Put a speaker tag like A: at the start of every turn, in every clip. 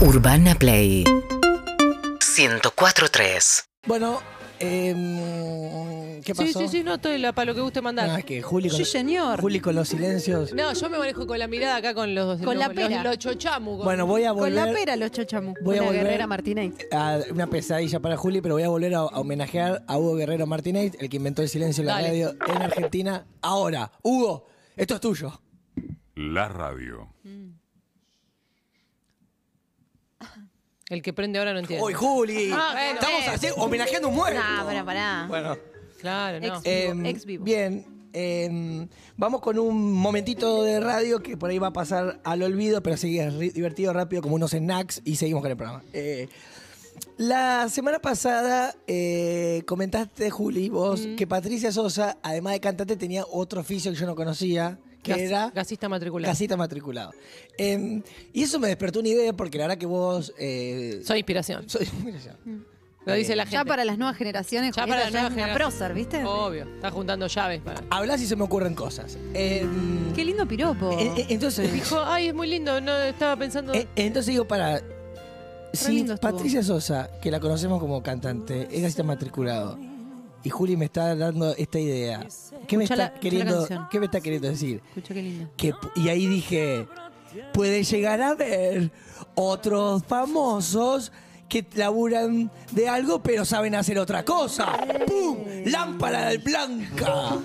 A: Urbana Play 104.3
B: Bueno, em, ¿qué
C: Sí,
B: pasó?
C: sí, sí, no estoy la, para lo que guste mandar.
B: Ah, que Juli con,
D: Sí, señor.
B: Juli con los silencios.
C: No, yo me manejo con la mirada acá con los
D: Con
C: los-
D: la
C: los-
D: pera.
C: los chochamucos.
B: Bueno, voy a
D: Con la
B: volver
D: pera los chochamu.
B: Voy a
D: Una
B: volver-
D: guerrera Martínez.
B: a una pesadilla para Juli, pero voy a volver a, a homenajear a Hugo Guerrero Martínez, el que inventó el silencio en la
C: Dale.
B: radio en Argentina. Ahora, Hugo, esto es tuyo.
E: La radio.
C: El que prende ahora no entiende.
B: Hoy Juli,
C: Ah, bueno,
B: estamos
C: eh.
B: así, homenajeando un muerto.
F: Ah,
D: No, pero pará.
B: Bueno,
C: Claro, no.
D: Ex- vivo,
B: em,
D: ex vivo.
B: bien. em, vamos con un momentito de radio que por ahí va a pasar al olvido, pero sigue ri- divertido, rápido, como unos snacks y seguimos con el programa. Eh, La semana pasada eh, comentaste, Juli, vos, que Patricia Sosa, además de cantante, tenía otro oficio que yo no conocía, que
C: Gas-
B: era
C: Gasista matriculado.
B: casita matriculado. Em, y eso me despertó una idea, porque la verdad que vos... eh,
C: Soy inspiración.
B: soy- mira ya.
C: Lo dice la gente.
D: Ya para las nuevas generaciones,
C: Ya
D: Julieta
C: para las
D: ya
C: nuevas
D: es una
C: generaciones.
D: prócer, ¿viste?
F: Oh.
C: Obvio. Está juntando llaves para.
B: Hablás y se me ocurren cosas. Em,
D: Qué lindo piropo.
B: eh, eh, entonces...
C: Dijo, ay, es muy lindo. No estaba pensando.
B: Eh, entonces digo, para. Si
D: lindo estuvo.
B: Patricia Sosa, que la conocemos como cantante, es gasista matriculado. Y Juli me está dando esta idea. ¿Qué me,
D: Escucha la-
B: está
D: escucha la
B: queriendo,
D: canción.
B: ¿qué me está queriendo decir?
D: Escucha qué lindo.
B: Que, pu- y ahí dije, puede llegar a ver otros famosos que laburan de algo pero saben hacer otra cosa. ¡Pum! Lámpara blanca.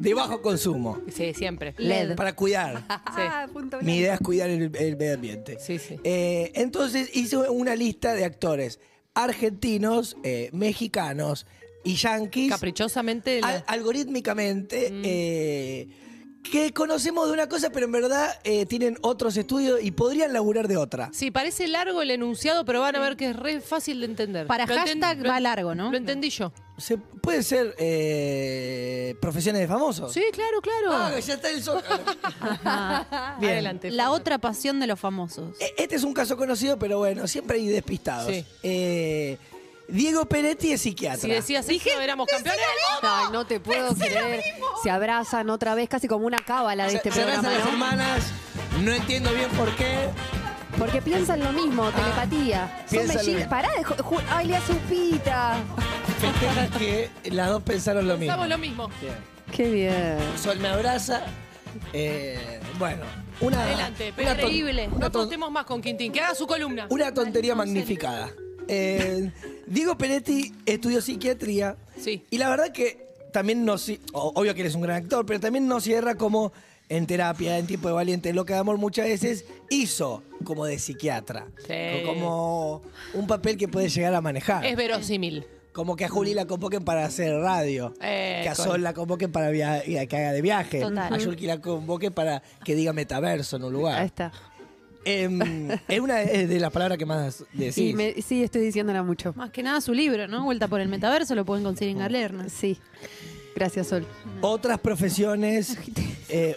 B: De bajo consumo.
C: sí, siempre.
D: LED.
B: Para cuidar.
D: Ah, punto
B: Mi
D: blanco.
B: idea es cuidar el, el medio ambiente.
C: Sí, sí.
B: Eh, entonces hizo una lista de actores argentinos, eh, mexicanos y yanquis,
C: Caprichosamente. la-
B: al- algorítmicamente,
C: Mm.
B: eh, que conocemos de una cosa, pero en verdad eh, tienen otros estudios y podrían laburar de otra.
C: Sí, parece largo el enunciado, pero van a ver que es re fácil de entender.
D: Para
C: Lo enten-
D: hashtag
C: lo-
D: va largo, ¿no?
C: Lo entendí yo.
B: Se, ¿Puede ser eh, profesiones de famosos?
C: Sí, claro, claro.
B: Ah, ya está el zócalo. Ah,
C: Bien. Adelante.
D: ah, La otra pasión de los famosos.
B: E- Este es un caso conocido, pero bueno, siempre hay despistados.
C: Sí.
B: Eh, Diego Peretti es psiquiatra.
C: Si decías eso, éramos campeones.
F: Ay, no te puedo creer. Se abrazan otra vez, casi como una cábala de
B: Se-
F: este
B: se abrazan
F: programa,
B: las
F: ¿no?
B: hermanas, no entiendo bien por qué. Ah,
F: Porque piensan lo mismo, telepatía. Son
B: piensan lo
F: mellizos.
B: mismo.
F: Pará, de ju- ju- ay, le hace un pita.
B: Festejan que las dos pensaron lo mismo.
C: Estamos lo mismo.
B: Bien.
F: Qué bien.
B: Sol me abraza. eh, bueno, una.
C: Adelante,
B: una ton-
C: increíble. No
B: Una, ton-
C: apostemos más con Quintín, que haga su columna.
B: una tontería magnificada. Eh, Diego Peretti estudió psiquiatría.
C: Sí.
B: Y la verdad que también no. ci- o- Obvio que eres un gran actor, pero también no cierra como en terapia, en tiempo de valiente, lo que de amor muchas veces hizo como de psiquiatra.
C: Sí.
B: Como un papel que puede llegar a manejar.
C: Es verosímil.
B: Como que a Juli la convoquen para hacer radio.
C: Eh,
B: que a
C: con-
B: Sol la convoquen para via- eh, que haga de viaje.
D: Total.
B: A Yulki la convoquen para que diga metaverso en un
F: Ahí
B: lugar.
F: está.
B: Em, es una de, de las palabras que más
F: Y
B: decís.
F: me- sí, estoy diciéndola mucho.
D: Más que nada su libro, ¿no? Vuelta por el metaverso, lo pueden conseguir en Galerna.
F: Sí. Gracias, Sol.
B: Otras profesiones. eh,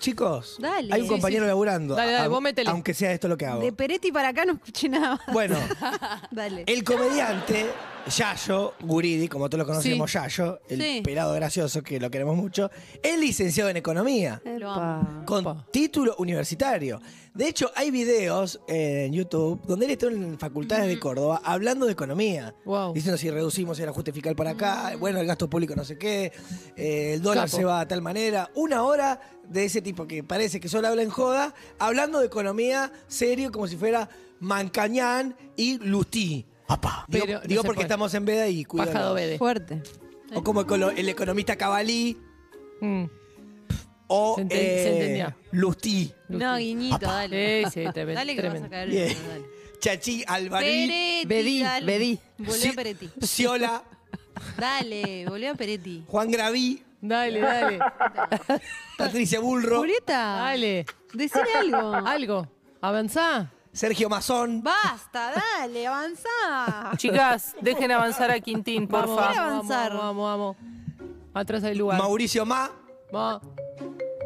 B: chicos,
D: Dale.
B: hay un
D: Sí,
B: compañero
C: sí.
B: laburando.
C: Dale, dale,
B: a-
C: vos métele.
B: Aunque sea esto lo que hago.
D: De Peretti para acá no escuché nada más.
B: Bueno, Eh,
D: Dale.
B: el comediante Yayo Guridi, como todos lo conocemos,
C: Sí.
B: Yayo, el
D: Sí.
B: pelado gracioso que lo queremos mucho, es licenciado en economía.
D: Lo
F: Epa.
B: con título universitario. De hecho, hay videos en YouTube donde él está en facultades de Córdoba hablando de economía.
C: Wow. Ah.
B: Diciendo si reducimos el ajuste fiscal para acá, bueno, el gasto público no sé qué, eh, el dólar
C: Capo.
B: se va de tal manera. Una hora de ese tipo que parece que solo habla en joda, hablando de economía serio como si fuera Mancañán y Lustí. Apá. Digo,
C: Pero no
B: digo
C: se
B: porque
C: puede.
B: estamos en veda y cuidado.
C: Pájaro verde.
D: Fuerte.
B: O como el, colo- el economista Cabalí
C: Mm.
B: o
C: Se enten- se
B: eh,
C: entendía.
B: Lustí.
D: No, guiñito, dale.
C: Sí, sí, tremendo,
D: Dale que vas
C: tremendo.
D: a caer.
B: Bien.
D: bien, dale.
B: Chachi Alvarí.
D: Peretti.
F: Bedí,
D: dale.
F: Bedí.
D: Volvió a Peretti.
B: Ciola,
D: Dale, volvió a Peretti.
B: Juan Graví,
C: Dale, dale.
B: Ah. Patricia Bulro,
D: Julieta,
C: Dale.
D: decime algo.
C: Algo. Avanzá.
B: Sergio Mazón.
D: Basta, dale, avanzá.
G: Chicas, dejen avanzar a Quintín,
C: Vamos,
G: porfa.
D: Quiero avanzar.
C: Vamos, vamos, vamos. Atrás hay lugar.
B: Mauricio Ma.
C: Ma-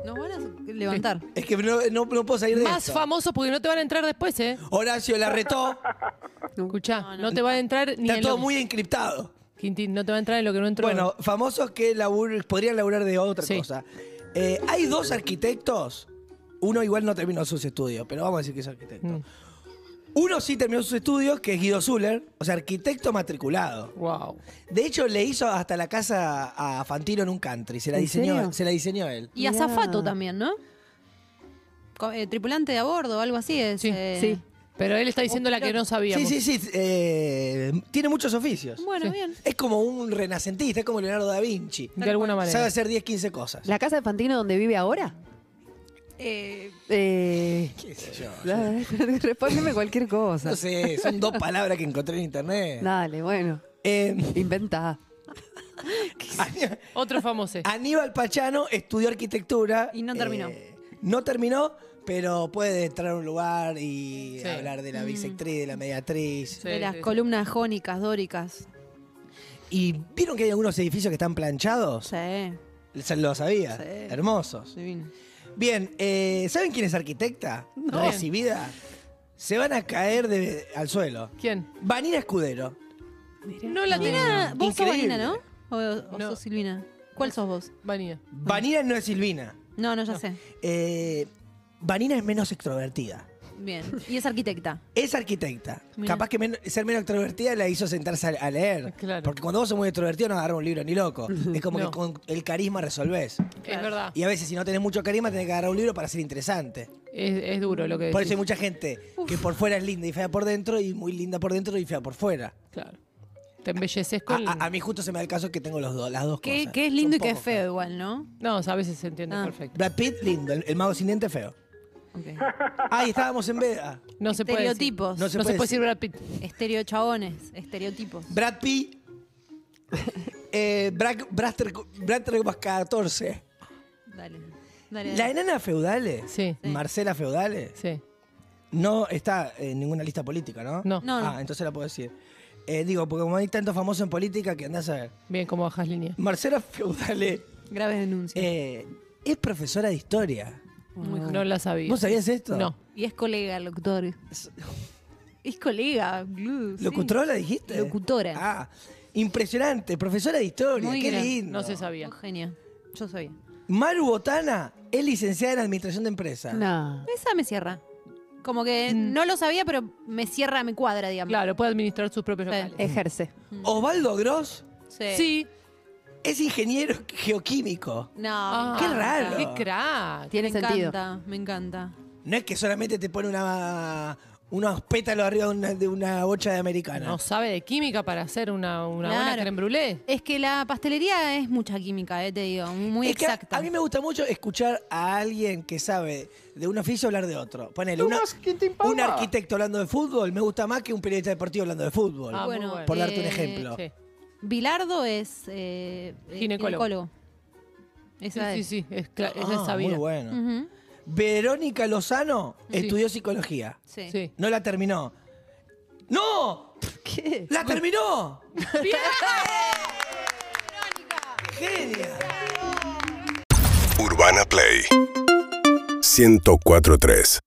D: Nos van a su- levantar.
B: Es que no, no- no puedo salir de
C: Más
B: esto.
C: famoso porque no te van a entrar después, ¿eh?
B: Horacio Larretó.
C: Escuchá, no, te va a entrar ni
B: Está
C: en
B: todo
C: lo-
B: muy encriptado.
C: Quintín, no te va a entrar en lo que no entró.
B: Bueno, famosos que labur- podrían laburar de otra
C: Sí.
B: cosa. Eh, hay dos arquitectos Uno igual no terminó sus estudios, pero vamos a decir que es arquitecto.
C: Mm.
B: Uno sí terminó sus estudios, que es Guido Zuller, o sea, arquitecto matriculado.
G: Wow.
B: De hecho, le hizo hasta la casa a Fantino en un country. Se la
F: ¿En
B: diseñó,
F: serio?
B: se la diseñó él.
D: Y
F: Mirá.
D: azafato también, ¿no? Co- eh, tripulante de a bordo, algo así es.
C: Sí,
D: eh.
C: sí. Pero él está diciendo la que no
B: Sí,
C: sabíamos.
B: sí, sí. eh, tiene muchos oficios.
D: Bueno, bien.
B: Es como un renacentista, es como Leonardo da Vinci.
G: De alguna
B: Sabe
G: manera.
B: hacer 10, 15 cosas.
F: ¿La casa de Fantino donde vive ahora?
D: Eh,
F: Eh,
B: ¿Qué sé yo?
F: respóndeme cualquier cosa.
B: No sé, son dos palabras que encontré en internet.
F: Dale, bueno,
B: Eh,
F: inventá.
B: Ani-
C: Otro famoso.
B: Aníbal Pachano estudió arquitectura. eh,
D: Y no terminó.
B: no terminó, pero puede entrar a un lugar y
C: Sí.
B: hablar de la bisectriz, de la mediatriz.
C: Sí,
D: de las
C: sí, sí.
D: columnas jónicas, dóricas.
B: ¿Y vieron que hay algunos edificios que están planchados?
D: Sí,
B: Se Lo sabía.
D: Sí.
B: Hermosos.
D: divino.
B: Bien, eh, ¿saben quién es arquitecta?
C: No.
B: Recibida. Se van a caer de- al suelo.
C: ¿Quién?
B: Vanina Escudero.
C: No la
D: Vanina,
C: tengo.
D: vos sos
B: Increíble.
D: Vanina, ¿no? O, o
C: No.
D: sos Silvina. ¿Cuál sos vos?
C: Vanina.
B: Vanina no es Silvina.
D: No, no, ya sé.
B: Eh, Vanina es menos extrovertida.
D: Bien. Y es arquitecta.
B: Es arquitecta.
D: Mirá.
B: Capaz que men- ser menos extrovertida la hizo sentarse a, a leer.
C: Claro.
B: Porque cuando vos sos muy extrovertido no agarras un libro ni loco. Es como
C: No. Ah.
B: que con el carisma resolvés.
C: Es verdad.
B: Y a veces si no tenés mucho carisma tenés que agarrar un libro para ser interesante.
C: Es, es duro lo que
B: Por
C: decís.
B: eso hay mucha gente que por fuera es linda y fea por dentro y muy linda por dentro y fea por fuera.
C: Claro. Te embelleces
B: A,
C: con...
B: a- a mí justo se me da el caso que tengo los dos, las dos
D: Que,
B: cosas.
D: que es lindo y
B: Son
D: que es
B: pocos,
D: feo
B: creo.
D: igual, ¿no?
C: No, a veces se entiende
D: Ah.
C: perfecto.
B: Brad Pitt, lindo. El, el mago sin diente, feo.
D: Ok.
B: Ahí estábamos en veda.
C: No se puede decir.
D: Estereotipos.
B: No
C: No se puede decir Brad Pitt.
D: Estereochabones. Estereotipos.
B: Brad Pitt. eh, Brad, Braster- Braster más 14.
D: Dale. Dale.
B: La enana feudales,
C: Sí. Sí.
B: Marcela feudales,
C: Sí.
B: no está en ninguna lista política, ¿no?
C: No.
D: No, no.
B: Ah, entonces la puedo decir. Eh, digo, porque como hay tantos famosos en política que andás a ver.
C: Bien, como bajas línea.
B: Marcela feudales
D: Graves denuncias.
B: eh, es profesora de historia.
C: Muy- No la sabía.
B: ¿Vos sabías esto?
C: No.
D: Y es colega, locutor. Es colega. glu, sí.
B: ¿Locutora dijiste?
D: Locutora.
B: Ah, impresionante, profesora de historia.
D: Muy
B: qué
D: gran-
B: lindo.
C: No se sabía.
D: Un genio. Yo soy.
B: Maru Botana es licenciada en administración de empresas.
F: No.
D: Esa me cierra. Como que no lo sabía, pero me cierra, me cuadra, digamos.
C: Claro, puede administrar sus propios
D: Sí.
C: locales.
F: Ejerce.
B: Osvaldo Gross
D: Sí.
C: Sí.
B: es ingeniero geoquímico.
D: No.
C: Ah,
B: Qué raro.
C: Qué crack.
F: Tiene
D: me
F: sentido.
D: encanta, me encanta.
B: No es que solamente te pone una, unos pétalos arriba de una, de una bocha de americana.
C: No sabe de química para hacer una, una buena
D: Claro.
C: creme brûlée.
D: Es que la pastelería es mucha química, eh, te digo, muy
B: Es que a-
D: exacta.
B: a, mí me gusta mucho escuchar a alguien que sabe de un oficio hablar de otro. Ponele, una- un arquitecto hablando de fútbol me gusta más que un periodista deportivo hablando de fútbol.
C: Ah, muy
D: bueno,
C: bueno.
B: por darte un
D: eh,
B: ejemplo.
C: Sí.
D: Bilardo es eh, eh,
C: Ginecólogo.
D: ginecólogo.
C: Sí,
D: Esa
C: sí,
D: es.
C: sí, es, cla-
B: Ah,
C: esa es sabida.
B: muy bueno.
D: Ujú,
B: Verónica Lozano estudió psicología.
D: sí.
C: Sí.
B: No la terminó. ¡No!
F: ¿Qué?
B: ¡La terminó!
C: Bien.
B: ¡Genia!
A: Urbana Play 1043